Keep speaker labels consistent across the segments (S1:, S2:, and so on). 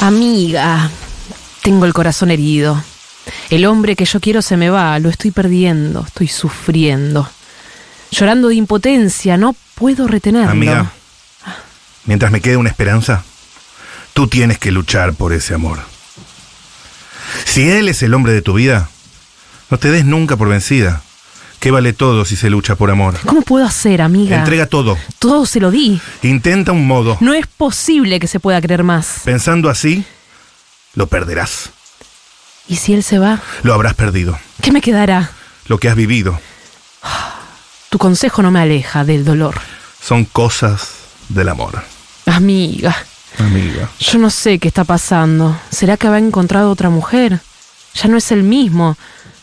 S1: Amiga, tengo el corazón herido. El hombre que yo quiero se me va, lo estoy perdiendo, estoy sufriendo. Llorando de impotencia, no puedo retenerlo.
S2: Amiga, mientras me quede una esperanza, tú tienes que luchar por ese amor. Si él es el hombre de tu vida, no te des nunca por vencida. ¿Qué vale todo si se lucha por amor?
S1: ¿Cómo puedo hacer, amiga?
S2: Entrega todo.
S1: Todo se lo di.
S2: Intenta un modo.
S1: No es posible que se pueda creer más.
S2: Pensando así, lo perderás.
S1: ¿Y si él se va?
S2: Lo habrás perdido.
S1: ¿Qué me quedará?
S2: Lo que has vivido.
S1: Tu consejo no me aleja del dolor.
S2: Son cosas del amor.
S1: Amiga,
S2: Amiga.
S1: yo no sé qué está pasando. ¿Será que habrá encontrado otra mujer? Ya no es el mismo.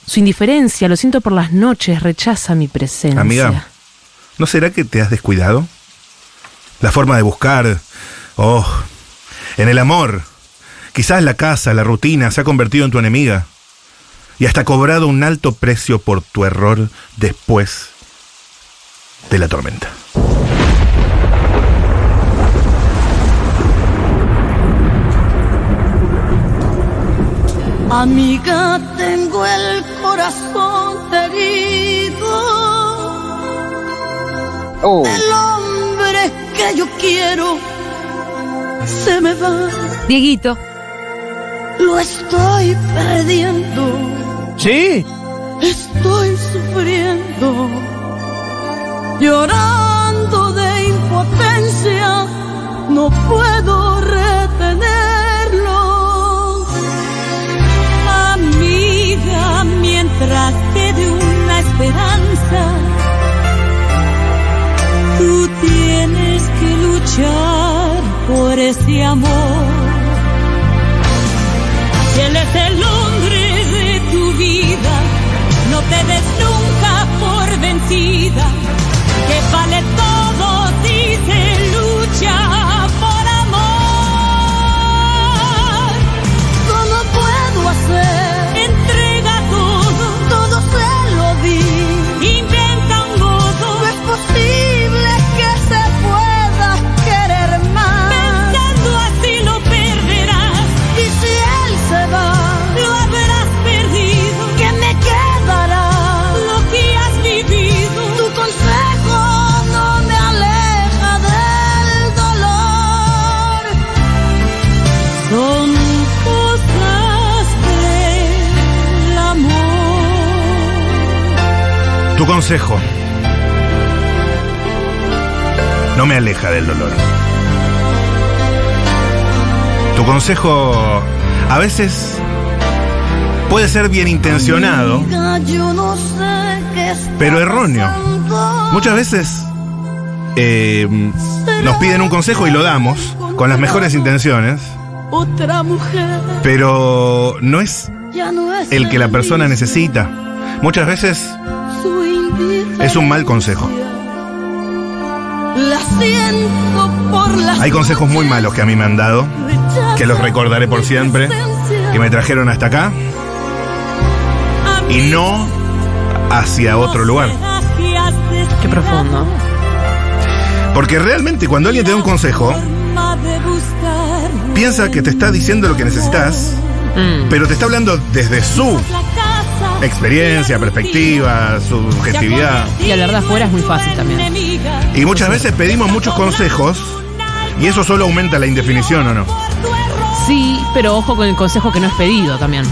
S1: Su indiferencia, lo siento por las noches, rechaza mi presencia.
S2: Amiga, ¿no será que te has descuidado? La forma de buscar, oh, en el amor. Quizás la casa, la rutina se ha convertido en tu enemiga y hasta cobrado un alto precio por tu error después de la tormenta.
S3: Amiga, tengo el corazón herido.
S4: Oh,
S3: El hombre que yo quiero se me va.
S5: Dieguito.
S3: Lo estoy perdiendo.
S4: ¿sí?
S3: Estoy sufriendo. Llorando de impotencia. No puedo retenerlo. Amiga, mientras quede una esperanza, tú tienes que luchar por ese amor. Si él es el hombre de tu vida, no te des nunca por vencida, que vale todo si se lucha por amor. ¿Cómo puedo hacer? Entrega todo, todo se lo di. Inventa un modo. No es posible que se pueda querer más. Pensando así lo perderás. Y si él se va, lo habrás perdido. ¿Qué me quedará? Lo que has vivido. Tu consejo no me aleja del dolor. Son cosas del amor.
S2: Tu consejo no me aleja del dolor. Tu consejo a veces puede ser bien intencionado.
S3: Amiga, yo no sé qué está
S2: Pero erróneo.
S3: pasando.
S2: Muchas veces eh, nos piden un consejo y lo damos con las mejores intenciones,
S3: Otra mujer
S2: pero no es
S3: ya no es
S2: el que la persona
S3: mismo.
S2: necesita. Muchas veces
S3: Su indiferencia
S2: es un mal consejo.
S3: La siento por las
S2: Hay consejos muy malos que a mí me han dado,
S3: noches,
S2: que los recordaré por
S3: mi
S2: siempre,
S3: presencia.
S2: que me trajeron hasta acá y no hacia otro lugar.
S1: Qué profundo.
S2: Porque realmente cuando alguien te da un consejo,
S3: Forma de buscar
S2: piensa que te está diciendo lo que necesitas,
S1: Mm.
S2: pero te está hablando desde su
S3: la casa,
S2: experiencia,
S3: la
S2: perspectiva, subjetividad.
S3: rutina,
S1: Y la verdad afuera es muy fácil también.
S3: enemiga.
S2: Y muchas veces pedimos muchos consejos y eso solo aumenta la indefinición, ¿o no?
S1: Sí, pero ojo con el consejo que no es pedido también.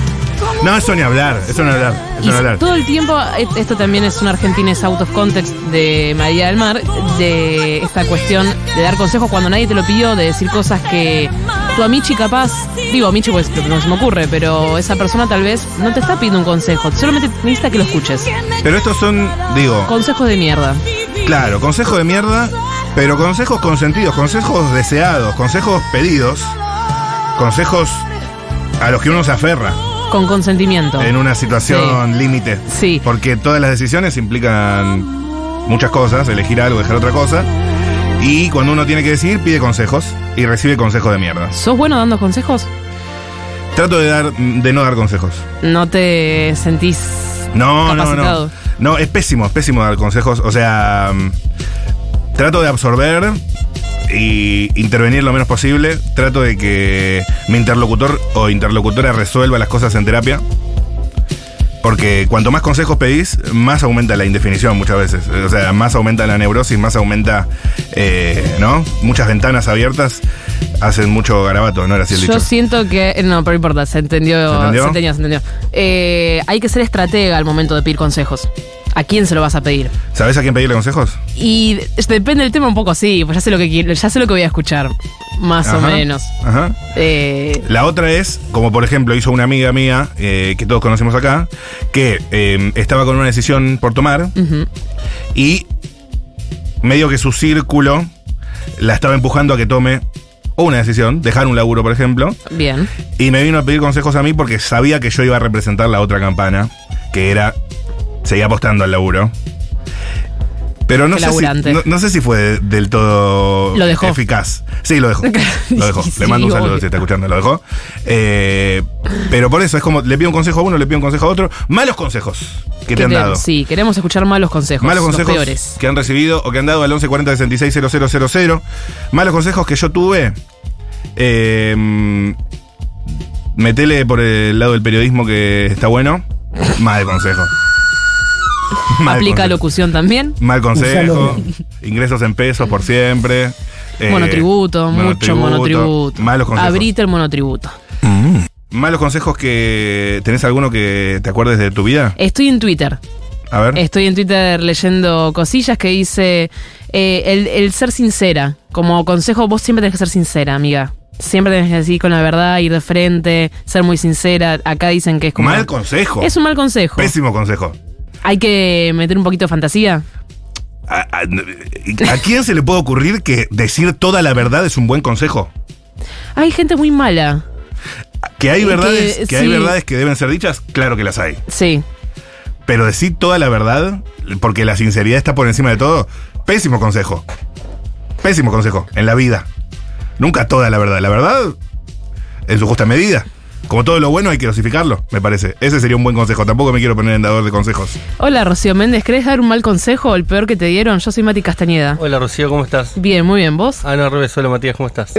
S2: No, eso ni hablar, eso ni hablar, eso
S1: Y
S2: ni hablar.
S1: todo el tiempo, et- esto también es un argentines out of context de María del Mar, de esta cuestión de dar consejos cuando nadie te lo pidió, de decir cosas que tú a Michi capaz, digo a Michi pues lo que no se me ocurre, pero esa persona tal vez no te está pidiendo un consejo, solamente necesita que lo escuches.
S2: Pero estos son, digo,
S1: Consejos de mierda.
S2: claro, consejos de mierda, pero consejos consentidos, consejos deseados, consejos pedidos, consejos a los que uno se aferra
S1: Con consentimiento.
S2: en una situación límite.
S1: Sí.
S2: Porque todas las decisiones implican muchas cosas, elegir algo, dejar otra cosa. Y cuando uno tiene que decidir, pide consejos y recibe consejos de mierda.
S1: ¿Sos bueno dando consejos?
S2: Trato de dar, de no dar consejos.
S1: No te sentís
S2: No, no, no.
S1: capacitado.
S2: No, es pésimo, es pésimo dar consejos. O sea, mm, trato de absorber y intervenir lo menos posible. Trato de que mi interlocutor o interlocutora resuelva las cosas en terapia. Porque cuanto más consejos pedís, más aumenta la indefinición muchas veces. O sea, más aumenta la neurosis, más aumenta, eh, ¿no? Muchas ventanas abiertas hacen mucho garabato, ¿no era así el
S1: Yo
S2: dicho?
S1: siento que. eh, No, pero no importa, se entendió.
S2: ¿Se entendió?
S1: Se entendió, se entendió. Eh, hay que ser estratega al momento de pedir consejos. ¿A quién se lo vas a pedir?
S2: ¿Sabés a quién pedirle consejos?
S1: Y depende del tema un poco, sí, pues ya sé lo que quiero, ya sé lo que voy a escuchar, más o
S2: Ajá,
S1: menos.
S2: Ajá.
S1: Eh,
S2: La otra es, como por ejemplo hizo una amiga mía, eh, que todos conocemos acá, que eh, estaba con una decisión por tomar
S1: ujú.
S2: y medio que su círculo la estaba empujando a que tome una decisión, dejar un laburo por ejemplo,
S1: Bien.
S2: y me vino a pedir consejos a mí porque sabía que yo iba a representar la otra campana, que era, seguía apostando al laburo. Pero no
S1: Qué
S2: sé, si,
S1: laburante.
S2: no, no sé si fue de- del todo
S1: Lo dejó.
S2: eficaz. Sí, lo dejó. Lo dejó.
S1: Sí,
S2: le mando un saludo
S1: obvio.
S2: si está escuchando, lo dejó. Eh, pero por eso es como, le pido un consejo a uno, le pido un consejo a otro. Malos consejos que te han
S1: Quere-
S2: dado.
S1: Sí, queremos escuchar malos consejos.
S2: Malos
S1: los
S2: consejos
S1: peores.
S2: que han recibido o que han dado al 1140 66 000. Malos consejos que yo tuve. Eh, metele por el lado del periodismo que está bueno. Mal consejo. Mal
S1: Aplica
S2: consejo.
S1: locución también.
S2: Mal consejo.
S5: Usalo.
S2: Ingresos en pesos por siempre. eh,
S1: monotributo, mucho monotributo.
S2: Malos consejos.
S1: Abrite el monotributo.
S2: Malos consejos que. ¿Tenés alguno que te acuerdes de tu vida?
S1: Estoy en Twitter.
S2: A ver.
S1: Estoy en Twitter leyendo cosillas que dice eh, el, el ser sincera. Como consejo, vos siempre tenés que ser sincera, amiga. Siempre tenés que decir con la verdad, ir de frente, ser muy sincera. Acá dicen que es como.
S2: Mal consejo.
S1: Es un mal consejo.
S2: Pésimo consejo.
S1: Hay que meter un poquito de fantasía.
S2: ¿A, a- a quién se le puede ocurrir que decir toda la verdad es un buen consejo?
S1: Hay gente muy mala.
S2: Que hay
S1: Que-
S2: verdades que, hay
S1: sí.
S2: verdades que deben ser dichas, claro que las hay.
S1: Sí.
S2: Pero decir toda la verdad, porque la sinceridad está por encima de todo, pésimo consejo. Pésimo consejo en la vida. Nunca toda la verdad. La verdad, en su justa medida. Como todo lo bueno hay que dosificarlo, me parece. Ese sería un buen consejo. Tampoco me quiero poner en dador de consejos.
S1: Hola, Rocío Méndez. ¿Querés dar un mal consejo o el peor que te dieron? Yo soy Mati Castañeda.
S6: Hola Rocío, ¿cómo estás?
S1: Bien, muy bien. ¿Vos?
S6: Ah, no, al revés, hola Matías, ¿cómo estás?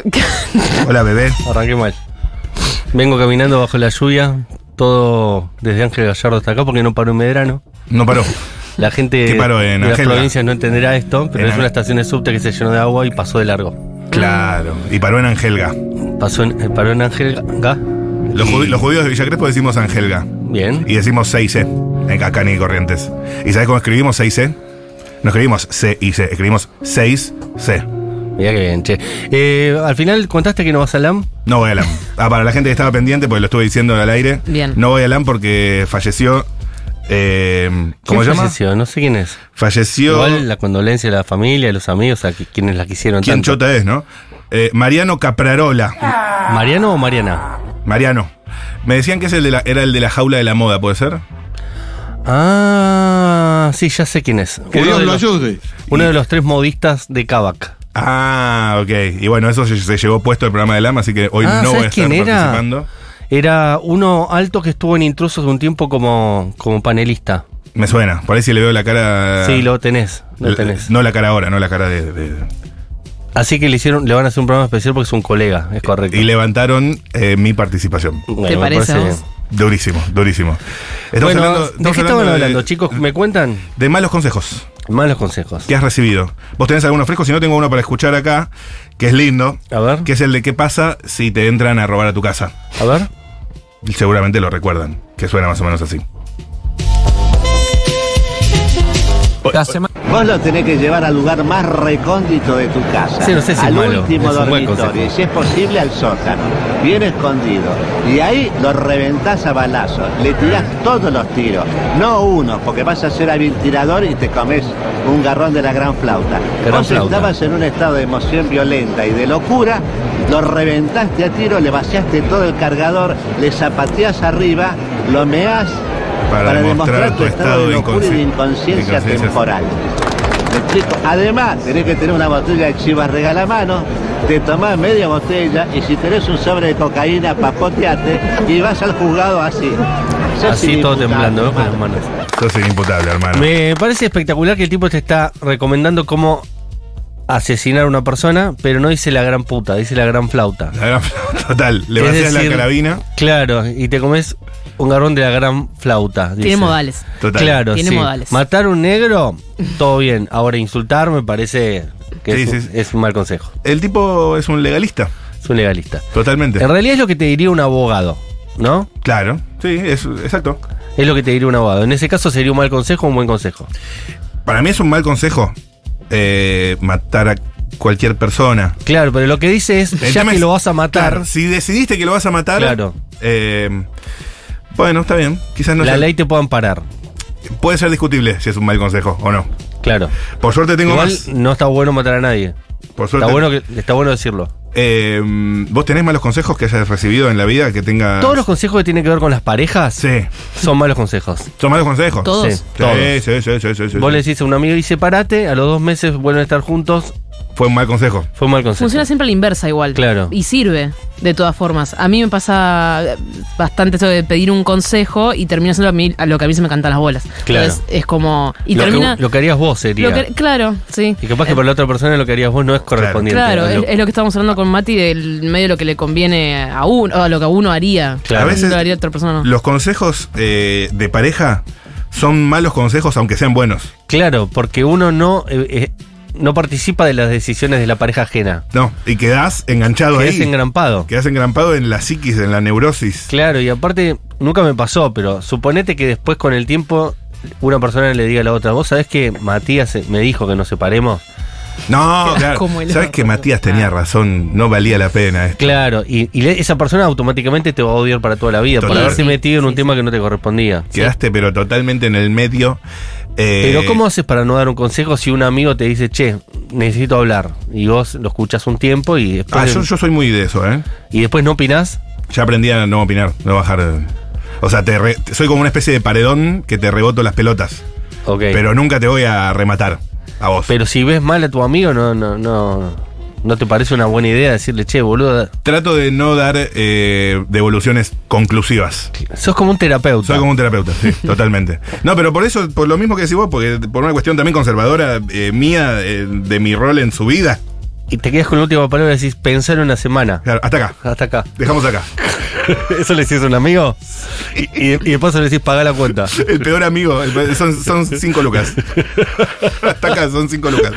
S2: Hola, bebé.
S6: Arranqué mal. Vengo caminando bajo la lluvia, todo desde Ángel Gallardo hasta acá porque no paró en Medrano.
S2: No paró.
S6: La gente
S2: ¿Qué
S6: de
S2: paró en
S6: las
S2: Ángel?
S6: provincias no entenderá esto, pero
S2: En
S6: es
S2: Ángel.
S6: una estación de subte que se llenó de agua y pasó de largo.
S2: Claro. Y paró en Angelga.
S6: Pasó en, eh, paró en Ángel Ga.
S2: Los, judi- los judíos de Villa Crespo decimos Angelga.
S6: Bien.
S2: Y decimos 6C en Cacani y Corrientes. ¿Y sabes cómo escribimos 6C? No escribimos C y C, escribimos 6C.
S6: Mirá que bien, che. Eh, al final contaste que no vas a LAM.
S2: No voy a LAM. Ah, para la gente que estaba pendiente, porque lo estuve diciendo al aire.
S1: Bien.
S2: No voy a LAM porque falleció. eh, ¿Cómo se
S6: ¿Quién
S2: llama? Falleció.
S6: falleció? No sé quién es. Igual la condolencia de la familia, de los amigos, a qui- quienes la quisieron
S2: ¿Quién
S6: tanto.
S2: chota es, no? Eh, Mariano Caprarola.
S6: ¿Mariano o Mariana?
S2: Mariano. Me decían que es el de la- era el de la jaula de la moda, ¿puede ser?
S6: Ah, sí, ya sé quién es.
S7: Que
S6: Uno
S7: Dios
S6: de
S7: lo
S6: los-
S7: ayude.
S6: Uno de los tres modistas de Kavak.
S2: Ah, ok. Y bueno, eso se, se llevó puesto el programa de LAM, así que hoy
S6: Ah,
S2: no voy a
S6: ¿sabes
S2: estar
S6: quién era?
S2: participando.
S6: Era uno alto que estuvo en intrusos un tiempo como, como panelista.
S2: Me suena. Por ahí si le veo la cara.
S6: Sí, lo tenés, lo
S2: la-
S6: tenés.
S2: No la cara ahora, no la cara de. de-
S6: Así que le hicieron, le van a hacer un programa especial porque es un colega, es correcto.
S2: Y levantaron eh, mi participación.
S6: Bueno,
S1: ¿Te
S6: me
S1: parece a
S6: bien.
S1: vos?
S2: Durísimo, durísimo. Estamos
S6: Bueno,
S2: hablando-
S6: ¿de
S2: estamos
S6: qué estaban
S2: hablando de-
S6: hablando, chicos? ¿Me cuentan?
S2: De malos consejos
S6: Malos consejos.
S2: que has recibido. Vos tenés alguno fresco, si no tengo uno para escuchar acá, que es lindo,
S6: A ver,
S2: que es el de qué pasa si te entran a robar a tu casa.
S6: a ver.
S2: Seguramente lo recuerdan, que suena más o menos así.
S8: Vos lo tenés que llevar al lugar más recóndito de tu casa.
S6: Sí, no sé si es
S8: al
S6: malo,
S8: último
S6: es un buen
S8: dormitorio. Y
S6: consejo.
S8: si es posible, al sótano. Bien escondido. Y ahí lo reventás a balazos. Le tirás todos los tiros. No uno, porque vas a ser hábil tirador y te comes un garrón de la gran flauta.
S6: Gran
S8: Vos
S6: flauta.
S8: estabas en un estado de emoción violenta y de locura. Lo reventaste a tiro, le vaciaste todo el cargador, le zapateás arriba, lo meás
S2: Para
S8: para,
S2: demostrar
S8: demostrar tu estado de locura y de inconsciencia
S2: inconsci-
S8: temporal. ¿Me explico? Además, tenés que tener una botella de chivas regala mano, te tomás media botella y si tenés un sobre de cocaína, papoteate y vas al juzgado así. Sos
S6: Así todo
S8: inimputable,
S6: temblando, ¿no? Con las
S8: hermano.
S6: manos.
S2: Sos inimputable, hermano.
S6: Me parece espectacular que el tipo te está recomendando cómo asesinar a una persona, pero no dice la gran puta, dice la gran flauta.
S2: La gran flauta, total. Le
S6: Es
S2: vacías la
S6: decir,
S2: carabina.
S6: Claro, y te comes un garrón de la gran flauta.
S1: Tiene
S6: dice.
S1: modales.
S2: Total.
S6: Claro,
S1: Tiene
S6: sí.
S1: modales.
S6: Matar un negro, todo bien. Ahora insultar me parece que
S2: Sí,
S6: es,
S2: sí,
S6: un-
S2: sí.
S6: es un mal consejo.
S2: El tipo es un legalista.
S6: Es un legalista.
S2: Totalmente.
S6: En realidad es lo que te diría un abogado, ¿no?
S2: Claro. Sí, es, exacto.
S6: Es lo que te diría un abogado. En ese caso sería un mal consejo o un buen consejo.
S2: Para mí es un mal consejo eh, matar a cualquier persona.
S6: Claro, pero lo que dice es,
S2: El
S6: ya
S2: tema
S6: que
S2: es-
S6: lo vas a matar,
S2: Claro, si decidiste que lo vas a matar.
S6: Claro.
S2: eh, bueno, está bien. Quizás no
S6: la
S2: sea-
S6: ley te puedan parar.
S2: puede ser discutible si es un mal consejo o no.
S6: Claro.
S2: Por suerte tengo
S6: Igual
S2: más.
S6: no está bueno matar a nadie.
S2: Por suerte.
S6: Está bueno, que, está bueno decirlo.
S2: Eh, ¿Vos tenés malos consejos que hayas recibido en la vida que tenga.
S6: Todos los consejos que tienen que ver con las parejas
S2: Ah. Sí.
S6: son malos consejos.
S2: Son malos consejos.
S1: Todos.
S6: Sí,
S2: Sí,
S6: todos.
S2: sí, sí, sí, sí, sí,
S6: Vos
S2: sí.
S6: le decís a un amigo y separate, a los dos meses vuelven a estar juntos,
S2: Fue un mal consejo.
S6: fue un mal consejo.
S1: Funciona siempre a la inversa igual.
S6: Claro.
S1: Y sirve, de todas formas. A mí me pasa eh, bastante eso de pedir un consejo y termina siendo a, mí- a lo que a mí se me cantan las bolas.
S6: Claro.
S1: Entonces, es como... Y
S6: lo,
S1: termina...
S6: que, lo que harías vos sería.
S1: lo que- claro, sí.
S6: y capaz que para la otra persona lo que harías vos no es correspondiente.
S1: Claro,
S6: Es
S1: es,
S6: lo-
S1: es lo que estábamos hablando con Mati del medio de lo que le conviene a uno, o a lo que a uno haría.
S6: Claro.
S2: A veces-
S1: Lo haría otra persona, no.
S2: Los consejos eh, de pareja son malos consejos, aunque sean buenos.
S6: claro, porque uno no, eh, eh, no participa de las decisiones de la pareja ajena.
S2: No, y quedás enganchado
S6: Que es
S2: ahí.
S6: engrampado.
S2: Quedás engrampado en la psiquis, en la neurosis.
S6: Claro, y aparte, nunca me pasó, pero suponete que después con el tiempo una persona le diga a la otra, vos sabés que Matías eh, me dijo que nos separemos.
S2: No,
S1: Quedás
S2: claro.
S1: como el
S2: Sabes
S1: orto.
S2: que Matías tenía razón, no valía la pena. ¿eh? esto.
S6: Claro, y, y le- esa persona automáticamente te va a odiar para toda la vida por
S2: Total.
S6: haberse
S1: Sí,
S6: metido en un
S1: sí,
S6: tema que no te correspondía.
S2: Quedaste pero totalmente en el medio. eh,
S6: Pero ¿cómo haces para no dar un consejo si un amigo te dice, che, necesito hablar? Y vos lo escuchás un tiempo y después,
S2: Ah, yo, yo soy muy de eso, ¿eh?
S6: y después no opinás.
S2: Ya aprendí a no opinar, no bajar. eh. O sea, te re- soy como una especie de paredón que te reboto las pelotas.
S6: Ok. Pero,
S2: Pero nunca te voy a rematar a vos.
S6: si ves mal a tu amigo, no, no, no, no te parece una buena idea decirle, che, boludo,
S2: Trato de no dar eh, devoluciones conclusivas.
S6: sos como un terapeuta.
S2: Soy como un terapeuta, sí, totalmente. No, pero por eso, por lo mismo que decís vos, porque por una cuestión también conservadora eh, mía, eh, de mi rol en su vida.
S6: Y te quedas con la última palabra y decís, pensar una semana.
S2: Claro, hasta acá.
S6: Hasta acá.
S2: Dejamos acá.
S6: Eso le decís a un amigo y, y- y después le decís, pagá la cuenta.
S2: El peor amigo, el pe- son, son cinco lucas. Hasta acá, son cinco lucas.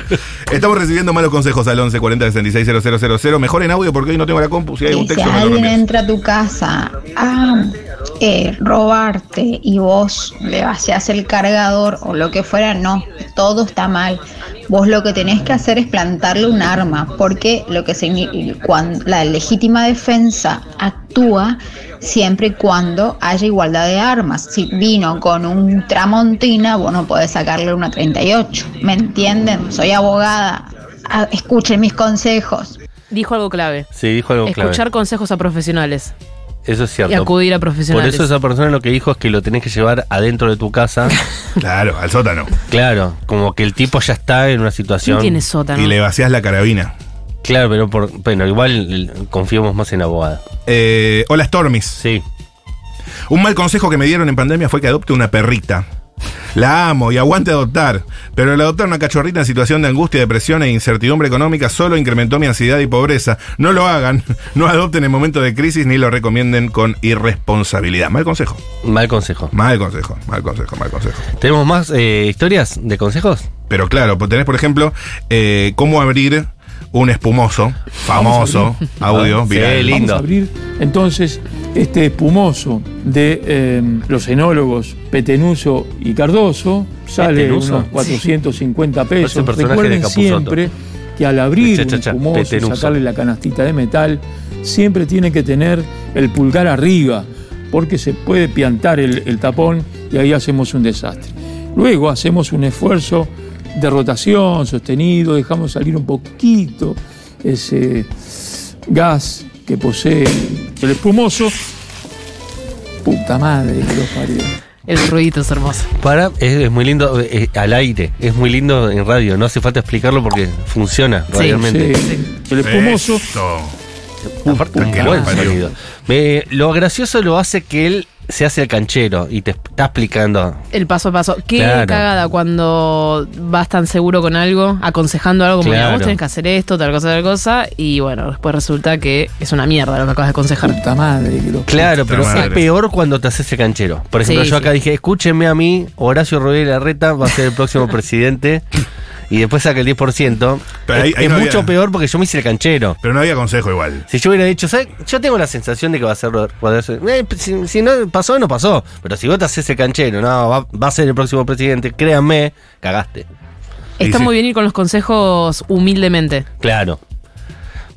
S2: Estamos recibiendo malos consejos al 11 40 66 000. Mejor en audio porque hoy no tengo la compu. Si hay un
S5: Que si
S2: texto, me lo
S5: alguien
S2: reenvías.
S5: entra a tu casa a eh, robarte y vos le vaciás el cargador o lo que fuera, no, todo está mal. Vos lo que tenés que hacer es plantarle un arma, porque lo que cuando, la legítima defensa actúa siempre y cuando haya igualdad de armas. Si vino con un tramontina, vos no podés sacarle una 38. ¿Me entienden? Soy abogada. Ah, Escuchen mis consejos.
S1: Dijo algo clave.
S6: Sí, dijo algo clave.
S1: Escuchar consejos a profesionales
S6: Eso es cierto.
S1: y acudir a
S6: Por
S1: profesionales.
S6: eso esa persona lo que dijo es que lo tenés que llevar adentro de tu casa.
S2: Claro, al sótano.
S6: claro, como que el tipo ya está en una
S1: ¿Quién
S6: situación.
S1: tiene sótano?
S2: Y le vacías la carabina.
S6: Claro, pero por, bueno, igual eh, confiamos más en la abogada.
S2: Eh, hola, Stormis.
S6: Sí.
S2: Un mal consejo que me dieron en pandemia fue que adopte una perrita. La amo y aguante adoptar, pero el adoptar una cachorrita en situación de angustia, depresión e incertidumbre económica solo incrementó mi ansiedad y pobreza. No lo hagan, no adopten en momento de crisis ni lo recomienden con irresponsabilidad. Mal consejo,
S6: Mal consejo.
S2: mal consejo, mal consejo, mal consejo.
S6: ¿Tenemos más eh, historias de consejos?
S2: Pero claro, pues tenés por ejemplo eh, cómo abrir un espumoso, famoso, audio,
S6: Sí,
S2: viral.
S6: lindo.
S7: Vamos a abrir entonces este espumoso de eh, los enólogos Petenuso y Cardoso. Sale
S6: ¿Petenuso?
S7: unos 450
S6: Parece un
S7: pesos.
S6: personaje de
S7: Recuerden
S6: Capusotto.
S7: siempre que al abrir
S6: Cha,
S7: un
S6: cha, cha,
S7: espumoso,
S6: Petenuso.
S7: sacarle la canastita de metal, siempre tienen que tener el pulgar arriba, porque se puede piantar el, el tapón y ahí hacemos un desastre. Luego hacemos un esfuerzo de rotación sostenido, dejamos salir un poquito ese gas que posee el espumoso. Puta madre que lo parió.
S1: El ruidito es hermoso.
S6: Para, es, es muy lindo eh, eh, al aire, es muy lindo en radio, no hace falta explicarlo porque funciona
S1: Sí.
S6: realmente.
S7: El espumoso.
S2: Eso.
S6: Aparte,
S2: que lo
S6: buen
S2: parió.
S6: sonido. Eh, lo gracioso lo hace que él se hace el canchero y te está explicando.
S1: El paso a paso. Qué
S6: Claro.
S1: cagada cuando vas tan seguro con algo, aconsejando algo como, mira,
S6: Claro.
S1: vos tenés que hacer esto, tal cosa, tal cosa, y bueno, después resulta que es una mierda lo que acabas de aconsejar.
S7: Puta madre, que lo-
S6: Claro, pero
S2: madre.
S6: es peor cuando te haces el canchero. Por ejemplo,
S1: Sí,
S6: yo
S1: sí.
S6: acá dije, escúchenme a mí, Horacio Rodríguez Larreta va a ser el próximo presidente. Y después saca el 10%.
S2: Pero ahí-
S6: es
S2: ahí
S6: es
S2: no había-
S6: mucho peor porque yo me hice el canchero.
S2: Pero no había consejo igual.
S6: Si yo hubiera dicho, ¿sabes? Yo tengo la sensación de que va a ser Rod- Rodríguez. Eh, si, si no pasó, no pasó. Pero si vos te haces el canchero, no, va, va a ser el próximo presidente, créanme, cagaste.
S1: Está
S2: sí.
S1: muy bien ir con los consejos humildemente.
S6: Claro.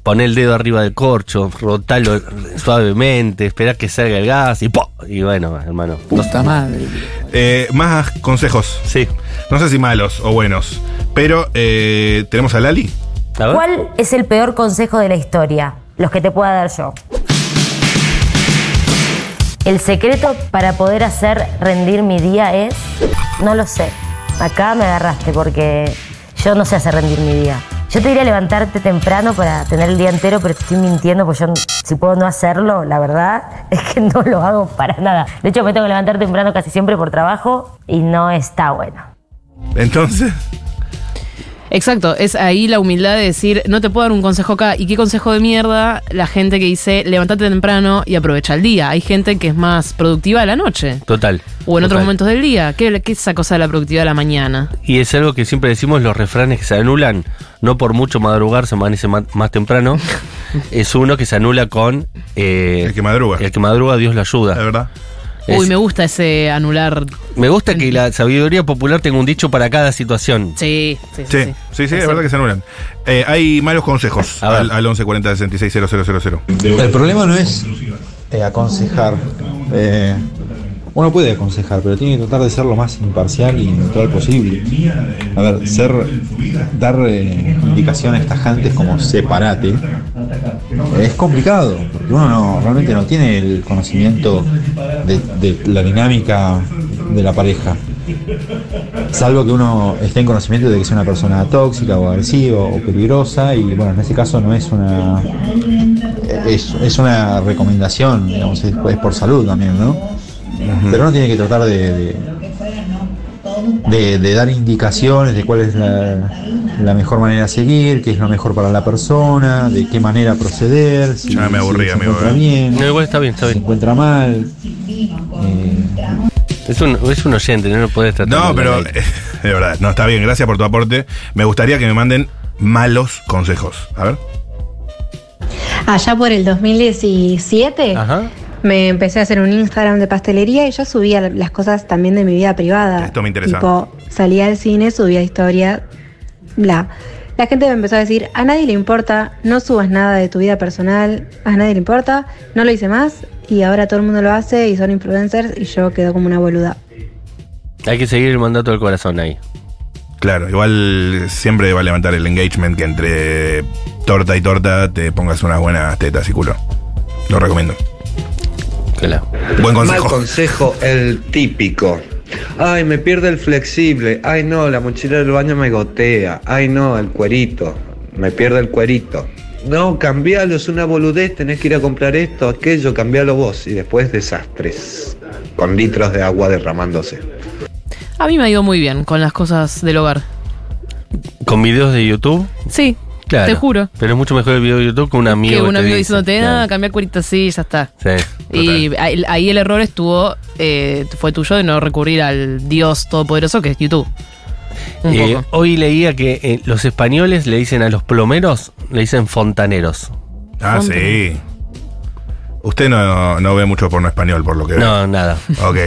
S6: Pon el dedo arriba del corcho, rotalo suavemente, esperá que salga el gas y ¡po! Y bueno, hermano.
S7: Puta madre. que lo-
S2: Eh, más consejos.
S6: Sí.
S2: No sé si malos o buenos. Pero eh, tenemos a Lali.
S6: A ver.
S9: ¿Cuál es el peor consejo de la historia? Los que te pueda dar yo. El secreto para poder hacer rendir mi día es. No lo sé. Acá me agarraste porque yo no sé hacer rendir mi día. Yo te diría levantarte temprano para tener el día entero, pero te estoy mintiendo porque yo, n- si puedo no hacerlo, la verdad es que no lo hago para nada. De hecho, me tengo que levantar temprano casi siempre por trabajo y no está bueno.
S2: Entonces,
S6: Ah.
S1: Exacto, es ahí la humildad de decir, no te puedo dar un consejo acá. ¿Y qué consejo de mierda? La gente que dice, levantate temprano y aprovecha el día. Hay gente que es más productiva a la noche
S6: Total.
S1: o en otros
S6: Total.
S1: momentos del día. ¿Qué, qué es esa cosa de la productividad de la mañana?
S6: Y es algo que siempre decimos, los refranes que se anulan, no por mucho madrugar, se amanece ma- más, temprano, es uno que se anula con... eh,
S2: El que madruga.
S6: El que madruga, Dios lo ayuda.
S2: la verdad.
S6: Es-
S1: Uy, me gusta ese anular.
S6: me gusta que la sabiduría popular tenga un dicho para cada situación.
S1: Sí, sí, sí.
S2: Sí, sí, sí, es verdad que se anulan. Eh, hay malos consejos
S6: A ver.
S2: al, al 1140 660000.
S10: El problema no es eh, aconsejar. eh, uno puede aconsejar, pero tiene que tratar de ser lo más imparcial y neutral posible. A ver, ser, dar eh, indicaciones tajantes como separate eh, es complicado, porque uno no, realmente no tiene el conocimiento de- de la dinámica de la pareja. Salvo que uno esté en conocimiento de que es una persona tóxica o agresiva o peligrosa y bueno, en ese caso no es una es, es una recomendación, digamos, es, es por salud también, ¿no? Pero uno tiene que tratar de, de, de- de dar indicaciones de cuál es la, la mejor manera a seguir, qué es lo mejor para la persona, de qué manera proceder, si,
S2: Ya me
S10: si
S2: aburrí,
S10: se
S2: amigo,
S10: encuentra
S2: ¿eh?
S10: bien,
S6: No, igual está bien, está
S10: si se
S6: bien.
S10: encuentra mal. eh,
S6: Es un, es un oyente, no lo puedes tratar.
S2: No,
S6: mal
S2: pero
S6: al aire.
S2: eh, de verdad, no está bien, gracias por tu aporte. Me gustaría que me manden malos consejos. A ver.
S11: Allá por el
S1: Eh.
S11: 2017
S6: Ajá.
S11: me empecé a hacer un Instagram de pastelería y yo subía las cosas también de mi vida privada.
S2: Esto me interesa.
S11: Tipo, salía al cine, subía historia, bla. La gente me empezó a decir, a nadie le importa, no subas nada de tu vida personal, a nadie le importa, no lo hice más y ahora todo el mundo lo hace y son influencers y yo quedo como una boluda.
S6: Hay que seguir el mandato del corazón ahí.
S2: Claro, igual siempre va a levantar el engagement que entre torta y torta te pongas unas buenas tetas y culo. Lo recomiendo.
S6: Claro.
S2: Buen consejo.
S12: Mal consejo, el típico. Ay, me pierde el flexible. Ay, no, la mochila del baño me gotea. Ay, no, el cuerito. Me pierde el cuerito. No, cambialo, es una boludez. Tenés que ir a comprar esto, aquello, cambialo vos. Y después desastres. Con litros de agua derramándose.
S1: A mí me ha ido muy bien con las cosas del hogar.
S6: Con videos de YouTube.
S1: Sí,
S6: Claro.
S1: te juro.
S6: Pero es mucho mejor el video de YouTube que un amigo.
S1: que un
S6: te
S1: amigo
S6: dice,
S1: diciéndote,
S6: claro.
S1: ah, cambiar cuerita así, ya está.
S6: Sí.
S1: Y ahí, ahí el error estuvo, eh, fue tuyo de no recurrir al Dios todopoderoso que es YouTube. Un
S6: Eh,
S1: poco.
S6: hoy leía que eh, los españoles le dicen a los plomeros, le dicen fontaneros.
S2: Ah, sí. Usted no, no ve mucho porno español, por lo que veo.
S6: No, nada.
S2: Ok.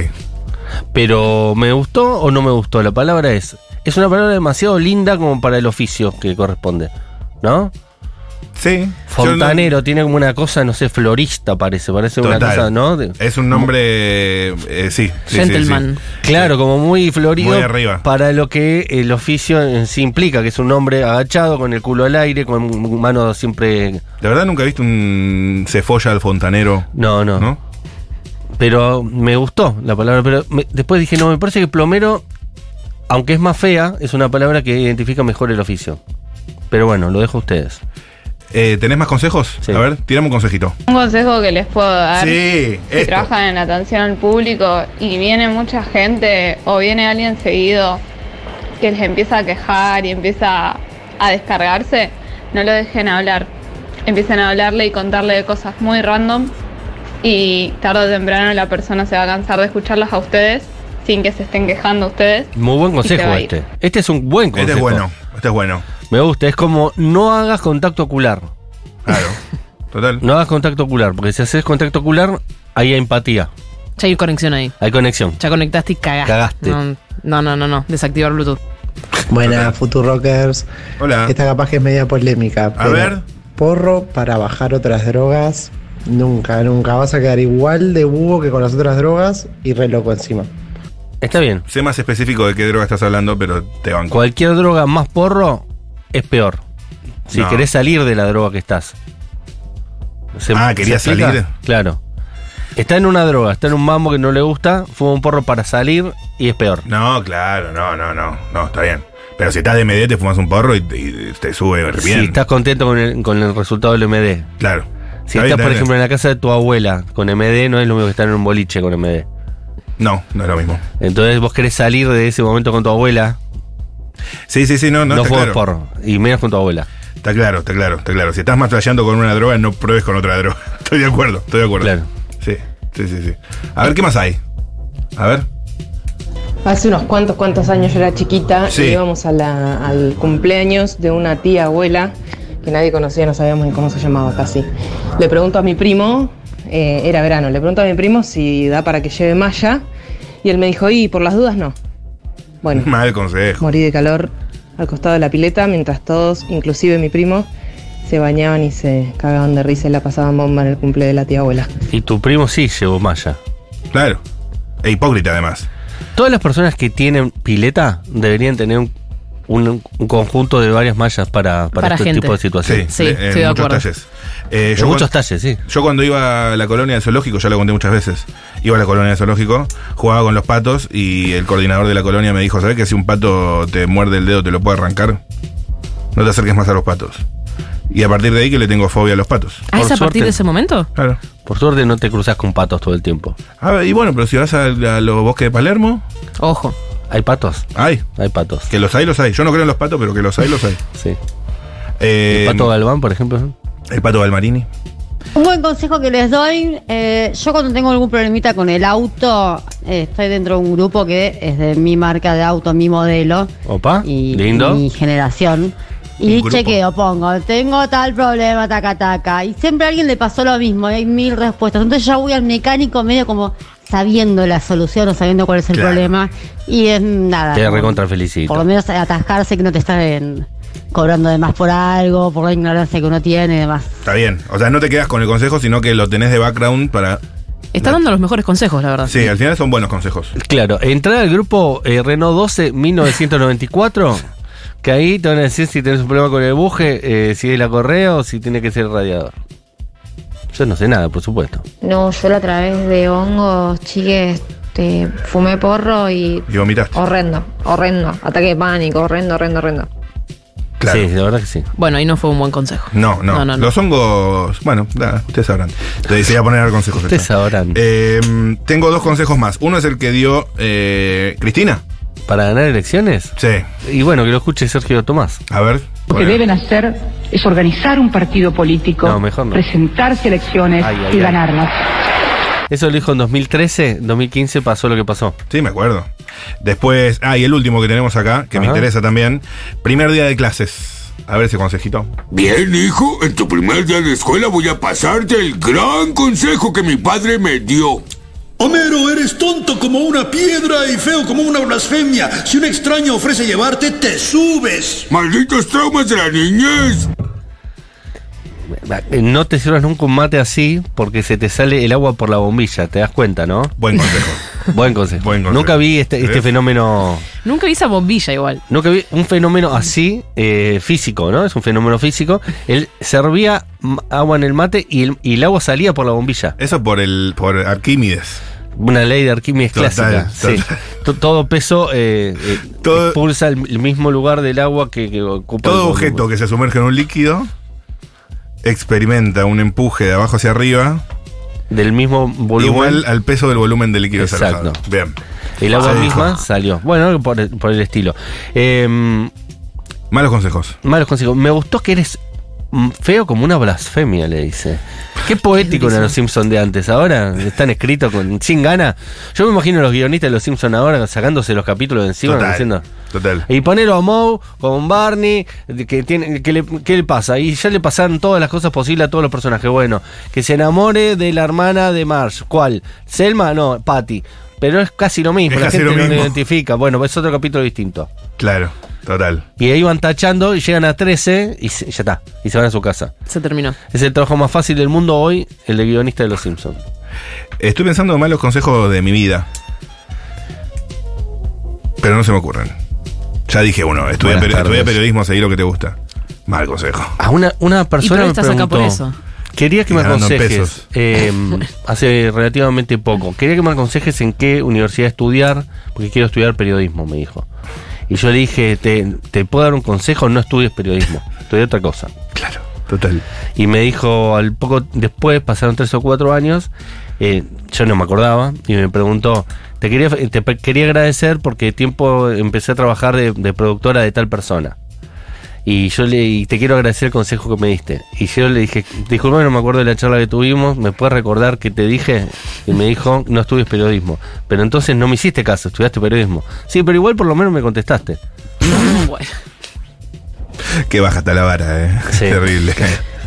S6: Pero me gustó o no me gustó. La palabra es. Es una palabra demasiado linda como para el oficio que corresponde. ¿No?
S2: Sí. Yo
S6: Fontanero tiene como una cosa, no sé, florista parece. Parece
S2: no-
S6: una
S2: total.
S6: cosa, ¿no? De-
S2: Es un nombre. eh, sí, sí, sí,
S1: Gentleman.
S2: sí.
S6: Claro, como muy florido
S2: Muy arriba.
S6: para lo que el oficio en sí implica, que es un hombre agachado, con el culo al aire, con mano siempre...
S2: De verdad nunca he visto un se folla al fontanero,
S6: No, no.
S2: ¿no?
S6: Pero me gustó la palabra, pero me- después dije, no, me parece que plomero, aunque es más fea, es una palabra que identifica mejor el oficio. Pero bueno, lo dejo a ustedes.
S2: Eh, ¿Tenés más consejos? A ver, tirame un consejito.
S5: Un consejo que les puedo dar.
S2: Sí,
S5: Si
S2: esto. Este
S5: trabajan en atención al público y viene mucha gente o viene alguien seguido que les empieza a quejar y empieza a descargarse, no lo dejen hablar. Empiecen a hablarle y contarle de cosas muy random y tarde o temprano la persona se va a cansar de escucharlas a ustedes sin que se estén quejando ustedes.
S6: Muy buen
S5: y se
S6: consejo
S5: va a ir.
S6: este. Este es un buen consejo.
S2: Este es bueno, este es bueno.
S6: Me gusta, es como no hagas contacto ocular.
S2: Claro. Total.
S6: No hagas contacto ocular, porque si haces contacto ocular, ahí hay empatía,
S13: Ya hay conexión ahí.
S6: hay conexión.
S13: Ya conectaste y cagaste.
S6: Cagaste.
S13: No, no, no, no, no. Desactivar Bluetooth.
S10: Buenas, Futurockers.
S2: Hola.
S10: Esta capaz que es media polémica. pero
S2: Ah. ver.
S10: Porro para bajar otras drogas. Nunca, nunca. Vas a quedar igual de búho que con las otras drogas y re loco encima.
S6: Está bien.
S2: Sé más específico de qué droga estás hablando, pero te banco.
S6: Cualquier droga más porro es peor. Si
S2: No.
S6: querés salir de la droga que estás. ¿Se-
S2: Ah,
S6: se
S2: ¿querías
S6: explica?
S2: salir?
S6: Claro. Está en una droga, está en un mambo que no le gusta, fuma un porro para salir y es peor.
S2: No, claro, no, no, no, no, está bien. Pero si estás de MD, te fumas un porro y, y te sube bien.
S6: Si estás contento con el, con el resultado del MD.
S2: Claro.
S6: Si
S2: Está bien,
S6: estás,
S2: está
S6: por
S2: bien.
S6: ejemplo, en la casa de tu abuela con MD, no es lo mismo que estar en un boliche con MD.
S2: No, no es lo mismo.
S6: Entonces vos querés salir de ese momento con tu abuela.
S2: Sí, sí, sí, no, no,
S6: No
S2: está
S6: fumas
S2: claro.
S6: porro. Y menos con tu abuela.
S2: Está claro, está claro, está claro. Si estás matrallando con una droga, no pruebes con otra droga. Estoy de acuerdo, estoy de acuerdo. Claro. Sí, sí, sí, sí. A ver, ¿qué más hay? A ver.
S1: Hace unos cuantos, cuantos años yo era chiquita
S2: Sí.
S1: y íbamos a la- al cumpleaños de una tía abuela que nadie conocía, no sabíamos ni cómo se llamaba casi. Le pregunto a mi primo, eh, era verano, le pregunto a mi primo si da para que lleve malla y él me dijo, y por las dudas no. Bueno,
S2: Mal consejo.
S1: morí de calor al costado de la pileta mientras todos, inclusive mi primo, se bañaban y se cagaban de risa y la pasaban bomba en el cumple de la tía abuela.
S6: Y tu primo sí llevó malla.
S2: Claro. E hipócrita además.
S6: Todas las personas que tienen pileta deberían tener un, un- un conjunto de varias mallas para, para,
S13: Para
S6: este
S13: gente.
S6: tipo de situaciones.
S2: Sí, Sí, en estoy de muchos acuerdo. talles. Eh,
S6: En
S2: yo
S6: muchos
S2: cuan-
S6: talles, sí.
S2: Yo cuando iba a la colonia del zoológico, ya lo conté muchas veces, iba a la colonia del zoológico, jugaba con los patos y el coordinador de la colonia me dijo, ¿sabes que si un pato te muerde el dedo te lo puede arrancar? No te acerques más a los patos. Y a partir de ahí que le tengo fobia a los patos.
S13: ¿Ah, es a partir de ese momento?
S2: Claro.
S6: Por suerte no te cruzas con patos todo el tiempo.
S2: Ah, y bueno, pero si vas a, a los bosques de Palermo...
S13: Ojo.
S6: Hay patos.
S2: Hay.
S6: Hay patos.
S2: Que los hay, los hay. Yo no creo en los patos, pero que los hay, los hay.
S6: Sí.
S2: Eh,
S6: ¿El pato Galván, por ejemplo?
S2: El pato Galmarini.
S3: Un buen consejo que les doy, eh, yo cuando tengo algún problemita con el auto, eh, estoy dentro de un grupo que es de mi marca de auto, mi modelo,
S6: Opa, lindo.
S3: mi generación.
S6: Un
S3: Y
S6: grupo.
S3: chequeo, pongo, tengo tal problema, taca, taca. Y siempre a alguien le pasó lo mismo, y hay mil respuestas. Entonces ya voy al mecánico medio como sabiendo la solución o sabiendo cuál es el
S6: Claro.
S3: problema. Y es nada.
S6: Te
S3: como-
S6: recontra
S3: por lo
S6: felicito.
S3: menos atascarse que no te estén cobrando de más por algo, por la ignorancia que uno tiene y demás.
S2: Está bien. O sea, no te quedas con el consejo, sino que lo tenés de background para...
S13: Está dando los mejores consejos, la
S6: Ah,
S13: verdad.
S2: Sí, al final son buenos consejos.
S6: Claro, entrar al grupo eh, Renault 12 1994, que ahí te van a decir si tenés un problema con el buje, eh, si es la correa o si tiene que ser el radiador. Yo no sé nada, por supuesto.
S14: No, yo la a través de hongos, chiques, este, fumé porro y
S2: Y vomitaste.
S14: horrendo, horrendo, ataque de pánico, horrendo, horrendo, horrendo.
S6: Sí, la verdad que sí.
S13: Bueno, ahí no fue un buen consejo.
S2: No, no.
S13: No, no, no.
S2: Los hongos. Bueno, nada, ustedes sabrán. Te decía poner a dar consejos.
S6: Ustedes
S2: esta.
S6: sabrán.
S2: Eh, tengo dos consejos más. Uno es el que dio eh, Cristina.
S6: ¿Para ganar elecciones?
S2: Sí.
S6: Y bueno, que lo escuche Sergio Tomás.
S2: A ver.
S15: Lo que deben hacer es organizar un partido político,
S6: No, mejor no.
S15: presentarse elecciones
S6: Ay, ay,
S15: y
S6: ay.
S15: ganarlas.
S6: Eso lo dijo en 2013, 2015 pasó lo que pasó.
S2: Sí, me acuerdo. Después, ah, y el último que tenemos acá, que me
S6: Ajá.
S2: interesa también. Primer día de clases. A ver ese consejito.
S16: Bien, hijo, en tu primer día de escuela voy a pasarte el gran consejo que mi padre me dio.
S8: Homero, eres tonto como una piedra y feo como una blasfemia. Si un extraño ofrece llevarte, te subes.
S16: Malditos traumas de la niñez.
S6: Eh, No te sirvas nunca un mate así porque se te sale el agua por la bombilla, te das cuenta, ¿no?
S2: Buen consejo.
S6: Buen consejo. Nunca vi este, este
S13: ¿Ves?
S6: fenómeno.
S13: Nunca vi esa bombilla igual.
S6: Nunca vi un fenómeno así eh, físico, ¿no? Es un fenómeno físico. Él servía m- agua en el mate y el, y el agua salía por la bombilla.
S2: Eso por el por Arquímedes.
S6: Una ley de Arquímedes
S2: Total,
S6: clásica.
S2: total.
S6: sí. To- Todo peso eh, eh, expulsa el, el mismo lugar del agua que, que ocupa.
S2: Todo
S6: el-
S2: objeto que se sumerge en un líquido experimenta un empuje de abajo hacia arriba.
S6: Del mismo volumen.
S2: Igual al peso del volumen del líquido
S6: Exacto.
S2: salado. Bien.
S6: El agua
S2: Sí.
S6: misma salió. Bueno, algo por, por el estilo. Em,
S2: malos consejos.
S6: Malos consejos. Me gustó que eres mm, feo como una blasfemia, le dice. Qué poético eran los Simpsons de antes. Ahora están escritos con, sin ganas. Yo me imagino a los guionistas de los Simpsons ahora sacándose los capítulos de encima
S2: Total.
S6: diciendo.
S2: Total.
S6: Y ponelo a Moe con Barney, de que tiene, que le, ¿qué le pasa? Y ya le pasaron todas las cosas posibles a todos los personajes. Bueno, que se enamore de la hermana de Marge. ¿Cuál? ¿Selma? No, Patty. Pero es casi lo mismo,
S2: Es
S6: la
S2: casi
S6: gente
S2: lo
S6: no
S2: mismo.
S6: identifica. Bueno, es otro capítulo distinto.
S2: Claro, total.
S6: Y ahí van tachando y llegan a 13 y se- ya está. Y se van a su casa.
S1: Se terminó.
S6: Es el trabajo más fácil del mundo hoy, el de guionista de Los Simpsons.
S2: Estoy pensando en malos consejos de mi vida. Pero no se me ocurren. Ya dije uno, estudia,
S6: Buenas
S2: peri- estudia
S6: tardes.
S2: periodismo, seguí lo que te gusta. Mal consejo.
S6: A Ah, una, una persona me
S1: estás acá
S6: preguntó,
S1: por eso.
S6: quería que
S2: Y
S6: me
S2: ganando en
S6: aconsejes,
S2: pesos.
S6: eh, hace relativamente poco, quería que me aconsejes en qué universidad estudiar, porque quiero estudiar periodismo, me dijo. Y yo le dije, te, te puedo dar un consejo, no estudies periodismo, estudia otra cosa.
S2: Claro, total.
S6: Y me dijo, al poco después, pasaron tres o cuatro años, eh, yo no me acordaba, y me preguntó, te quería, te pe- quería agradecer porque tiempo empecé a trabajar de, de productora de tal persona. Y yo le y te quiero agradecer el consejo que me diste. Y yo le dije, disculpe, no me acuerdo de la charla que tuvimos, ¿me puedes recordar que te dije? Y me dijo, no estudies periodismo. Pero entonces no me hiciste caso, estudiaste periodismo. Sí, pero igual por lo menos me contestaste.
S1: Bueno,
S2: Qué baja está la vara, eh. Terrible.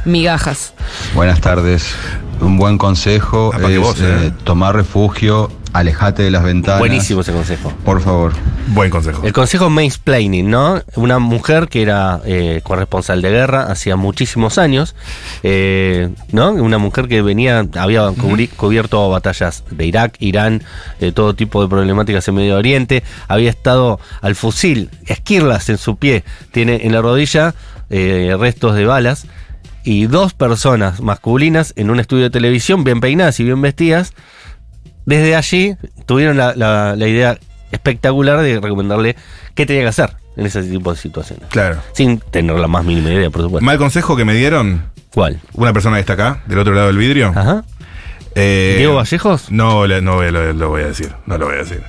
S1: migajas.
S17: Buenas tardes. Un buen consejo
S2: Ah, pa' que
S17: es
S2: vos, eh.
S17: eh, tomar refugio, alejate de las ventanas.
S6: Buenísimo ese consejo.
S17: Por favor.
S2: Buen consejo.
S6: El consejo mansplaining, ¿no? Una mujer que era eh, corresponsal de guerra hacía muchísimos años, eh, ¿no? Una mujer que venía, había cubri- cubierto batallas de Irak, Irán, de todo tipo de problemáticas en Medio Oriente, había estado al fusil, esquirlas en su pie, tiene en la rodilla eh, restos de balas. Y dos personas masculinas en un estudio de televisión, bien peinadas y bien vestidas, desde allí tuvieron la, la- la idea espectacular de recomendarle qué tenía que hacer en ese tipo de situaciones.
S2: Claro.
S6: Sin tener la más mínima idea, por supuesto.
S2: Mal consejo que me dieron.
S6: ¿Cuál?
S2: Una persona que está acá, del otro lado del vidrio. eh,
S6: Ajá. Ah, ¿Diego Vallejos?
S2: No, le- no voy- lo, lo voy a decir. No lo voy a decir.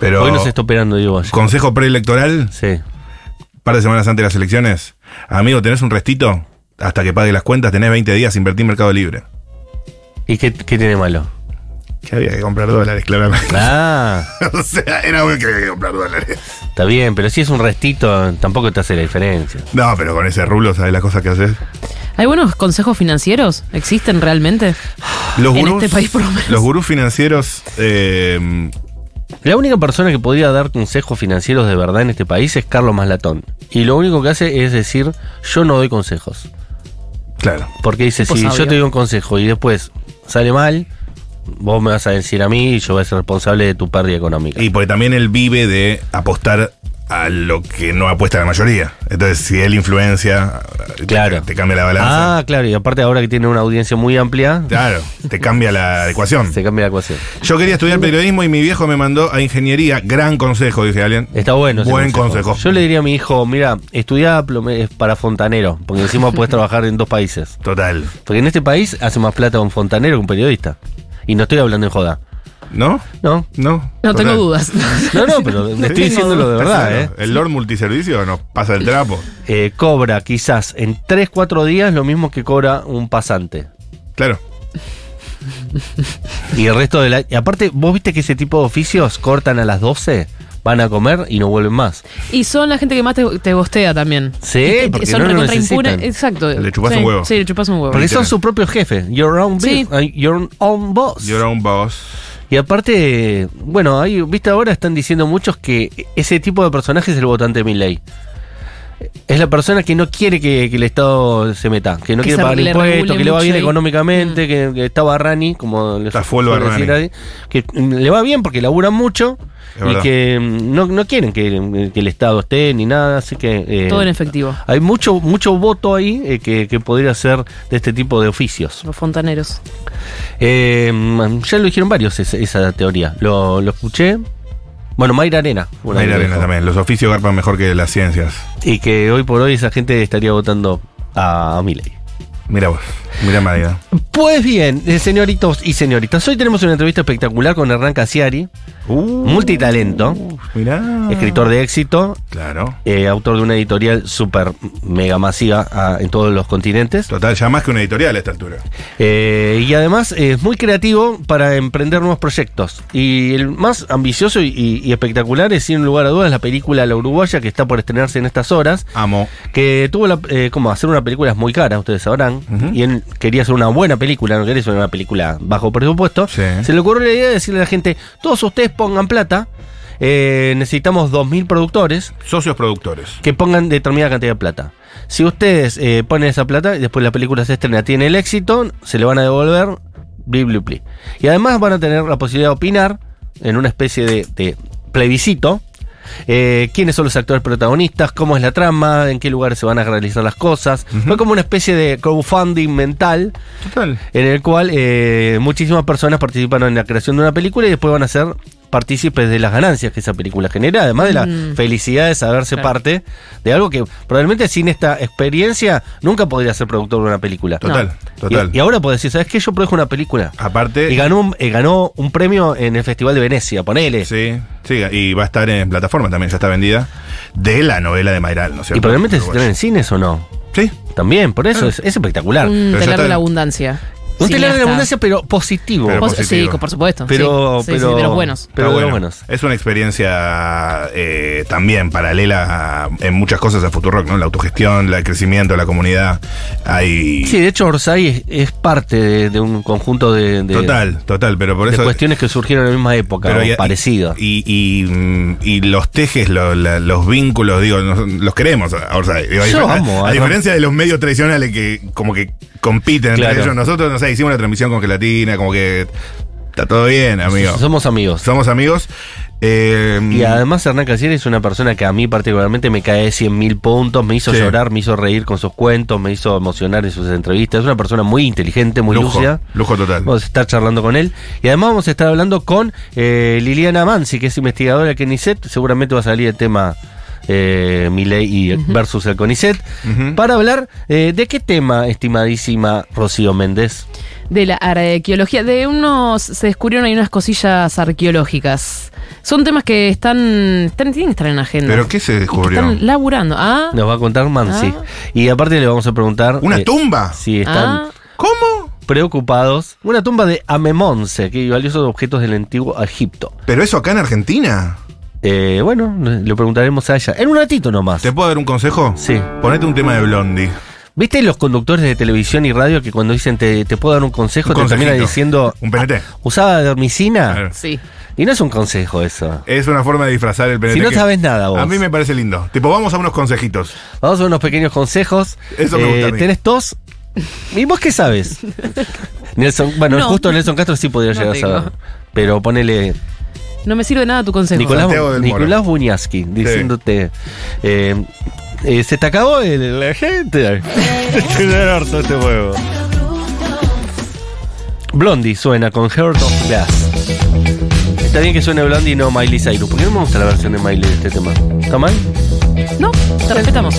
S2: Pero.
S6: Hoy nos está operando Diego Vallejos.
S2: Consejo preelectoral.
S6: Sí.
S2: Par de semanas antes de las elecciones. Amigo, ¿tenés un restito? Hasta que pague las cuentas, tenés 20 días, invertí en Mercado Libre.
S6: ¿Y qué, qué tiene malo?
S2: Que había que comprar dólares, claramente.
S6: Ah,
S2: o sea, era obvio que había que comprar dólares.
S6: está bien, pero si es un restito, tampoco te hace la diferencia.
S2: No, pero con ese rulo, ¿sabes las cosas que haces?
S1: ¿Hay buenos consejos financieros? ¿Existen realmente?
S2: Los
S1: En
S2: gurús,
S1: este país, por lo menos.
S2: Los gurús financieros. eh,
S6: La única persona que podría dar consejos financieros de verdad en este país es Carlos Maslatón. Y lo único que hace es decir, yo no doy consejos.
S2: claro.
S6: Porque dice,
S2: Tipo
S6: si
S2: sabio.
S6: yo te doy un consejo y después sale mal, vos me vas a decir a mí y yo voy a ser responsable de tu pérdida económica.
S2: Y porque también él vive de apostar a lo que no apuesta la mayoría. Entonces, si él influencia, te-
S6: Claro.
S2: te, cambia la balanza.
S6: Ah, claro, y aparte ahora que tiene una audiencia muy amplia.
S2: Claro, te cambia la ecuación.
S6: Se cambia la ecuación.
S2: Yo quería estudiar periodismo y mi viejo me mandó a ingeniería. Gran consejo, dice alguien.
S6: Está bueno. ese
S2: Buen consejo.
S6: Yo le diría a mi hijo, mira, estudia plome- para fontanero, porque encima puedes trabajar en dos países.
S2: Total.
S6: Porque en este país hace más plata un fontanero que un periodista. Y no estoy hablando en joda.
S2: ¿No?
S6: No.
S2: No.
S1: No tengo
S2: Total.
S1: dudas.
S6: No, no, pero
S2: No
S6: le estoy
S2: tengo
S6: diciéndolo de
S2: dudas.
S6: verdad,
S2: Claro,
S6: ¿eh?
S2: El Lord Multiservicio nos pasa el trapo.
S6: Eh, Cobra quizás en 3, 4 días lo mismo que cobra un pasante.
S2: Claro.
S6: Y el resto de la... Y aparte, vos viste que ese tipo de oficios cortan a las 12, van a comer y no vuelven más.
S1: Y son la gente que más te, te gostea también.
S6: Sí,
S1: Y te-
S6: porque
S1: son
S6: no lo
S1: recontra
S6: necesitan.
S1: impunes. Exacto.
S6: Le chupás
S1: Sí,
S6: un huevo.
S1: Sí, le chupas un huevo.
S6: Porque son su propio jefe. Your own,
S1: Sí.
S6: bi- your own boss.
S2: Yo era un boss.
S6: Y aparte, bueno, ahí, viste, ahora están diciendo muchos que ese tipo de personaje es el votante de Milley. Es la persona que no quiere que, que el Estado se meta, que no
S1: Que
S6: quiere
S1: se
S6: pagar
S1: le
S6: impuestos,
S1: regule
S6: que le va bien
S1: mucho Mm. y-
S6: económicamente, que, que está Barrani, como le
S2: Está full
S6: suele
S2: Barrani.
S6: ahí, que mm, le va bien porque laburan mucho
S2: Es
S6: y
S2: verdad.
S6: que mm, no, no quieren que, que el Estado esté ni nada, así que... eh,
S1: Todo en efectivo.
S6: Hay mucho, mucho voto ahí eh, que, que podría ser de este tipo de oficios.
S1: Los fontaneros.
S6: Ah, Eh, ya lo dijeron varios esa, esa teoría. Lo, lo escuché. Bueno, Mayra Arena. una
S2: Ahí la
S6: que
S2: arena
S6: dijo.
S2: también. Los oficios garpan mejor que las ciencias.
S6: Y que hoy por hoy esa gente estaría votando a Miley.
S2: Mira vos, mira Maiga.
S6: Pues bien, eh, señoritos y señoritas, hoy tenemos una entrevista espectacular con Hernán Casiari, multitalento, escritor de éxito,
S2: Claro.
S6: eh, autor de una editorial súper mega masiva ah, en todos los continentes.
S2: Total, ya más que una editorial a esta altura.
S6: Eh, y además es muy creativo para emprender nuevos proyectos. Y el más ambicioso y, y- y espectacular es, sin lugar a dudas, la película La Uruguaya, que está por estrenarse en estas horas.
S2: Amo.
S6: Que tuvo la. eh, como hacer una película es muy cara, ustedes sabrán. Y él quería hacer una buena película, no quería hacer una película bajo presupuesto. Se le ocurrió la idea de decirle a la gente: todos ustedes pongan plata. eh, necesitamos 2.000 productores
S2: Socios productores.
S6: que pongan determinada cantidad de plata. Si ustedes eh, ponen esa plata y después la película se estrena, tiene el éxito, se le van a devolver, bli, bli, bli. Y además van a tener la posibilidad de opinar en una especie de, de plebiscito. eh, quiénes son los actores protagonistas, cómo es la trama, en qué lugares se van a realizar las cosas. Fue como una especie de crowdfunding mental
S2: Total.
S6: en el cual eh, muchísimas personas participaron en la creación de una película y después van a ser partícipes de las ganancias que esa película genera, además de la
S4: Mm.
S6: felicidad de saberse
S4: Claro.
S6: parte de algo que probablemente sin esta experiencia nunca podría ser productor de una película.
S2: Total,
S6: No.
S2: total.
S6: Y, y ahora puedes decir, ¿sabes qué? Yo produjo una película.
S2: Aparte.
S6: Y ganó un, eh, ganó un premio en el Festival de Venecia, ponele.
S2: Sí, sí, y va a estar en plataforma también, ya está vendida. De la novela de Mairal, ¿no es cierto?
S6: Y probablemente se
S2: Uruguaya.
S6: estrena en cines o no.
S2: Sí.
S6: También, por eso
S2: Ah.
S6: es, es espectacular.
S1: Un telar de la abundancia.
S6: Un telar de la
S1: Cineasta.
S6: abundancia, pero positivo.
S2: Pero
S1: Pos-
S2: positivo.
S1: sí, por supuesto.
S6: Pero-
S1: sí, sí, sí,
S6: pero-
S1: de los buenos.
S6: Pero
S2: Está
S6: de los buenos.
S2: Es una experiencia eh, también paralela a- en muchas cosas a Futurock, ¿no? La autogestión, la- el crecimiento, la comunidad. Hay.
S6: Sí, de hecho Orsay es, es parte de, de un conjunto de, de-
S2: Total, total, pero por
S6: de
S2: eso.
S6: cuestiones que surgieron en la misma época,
S2: Pero
S6: o
S2: y-
S6: parecidas.
S2: Y, y, mm, y los tejes, lo- la- los vínculos, digo, nos- los queremos. a Orsay. Digo, a
S6: Yo
S2: difer-
S6: amo,
S2: a,
S6: a-
S2: diferencia de los medios tradicionales que como que compiten entre
S6: Claro.
S2: ellos, nosotros nos hicimos una transmisión con gelatina, como que está todo bien, amigo.
S6: Somos amigos.
S2: Somos amigos. eh,
S6: Y además Hernán Casier es una persona que a mí particularmente me cae 100.000 mil puntos, me hizo
S2: Sí.
S6: llorar, me hizo reír con sus cuentos, me hizo emocionar en sus entrevistas. Es una persona muy inteligente, muy
S2: lujo,
S6: lúcida.
S2: lujo total.
S6: Vamos a estar charlando con él. Y además vamos a estar hablando con eh, Liliana Mansi, que es investigadora del CONICET. Seguramente va a salir el tema eh, Milei y versus el CONICET. Para hablar eh, de qué tema, estimadísima Rocío Méndez.
S1: De la arqueología. De unos. Se descubrieron ahí unas cosillas arqueológicas. Son temas que están. están- tienen que estar en la agenda.
S2: ¿Pero qué se
S1: Que
S2: descubrió?
S1: están laburando. Ah.
S6: Nos va a contar Mansi. Y aparte le vamos a preguntar. eh,
S2: ¿Una tumba?
S6: Si están
S1: Ah.
S6: preocupados. Una tumba de Amemonce, que valiosos objetos del antiguo Egipto.
S2: ¿Pero eso acá en Argentina?
S6: Eh, bueno, le preguntaremos a ella. En un ratito nomás.
S2: ¿Te puedo dar un consejo?
S6: Sí.
S2: Ponete un tema de Blondie.
S6: ¿Viste los conductores de televisión y radio que cuando dicen te, te puedo dar un consejo,
S2: Un
S6: te terminan
S2: consejito.
S6: diciendo.
S2: Un PNT.
S6: ¿Usaba dormicina?
S1: Sí.
S6: Y no es un consejo eso.
S2: Es una forma de disfrazar el PNT.
S6: Si no
S2: que-
S6: sabes nada vos.
S2: A mí me parece lindo. Tipo, vamos a unos consejitos.
S6: Vamos a unos pequeños consejos. Eh,
S2: Eso me gusta a mí.
S6: ¿Tenés tos? ¿Y vos qué sabes? Nelson, bueno,
S1: No.
S6: justo Nelson Castro sí podría
S1: No
S6: llegar
S1: tengo.
S6: a saber. Pero ponele
S1: No me sirve nada tu consejo.
S6: Nicolás, Nicolás Buñaski diciéndote. eh, eh, se te acabó el- la gente. Tiene el orto este huevo. Blondie suena con Heart of Glass. Está bien que suene Blondie y no Miley Cyrus. ¿Por qué no me gusta la versión de Miley de este tema? ¿Está mal?
S1: No, te respetamos.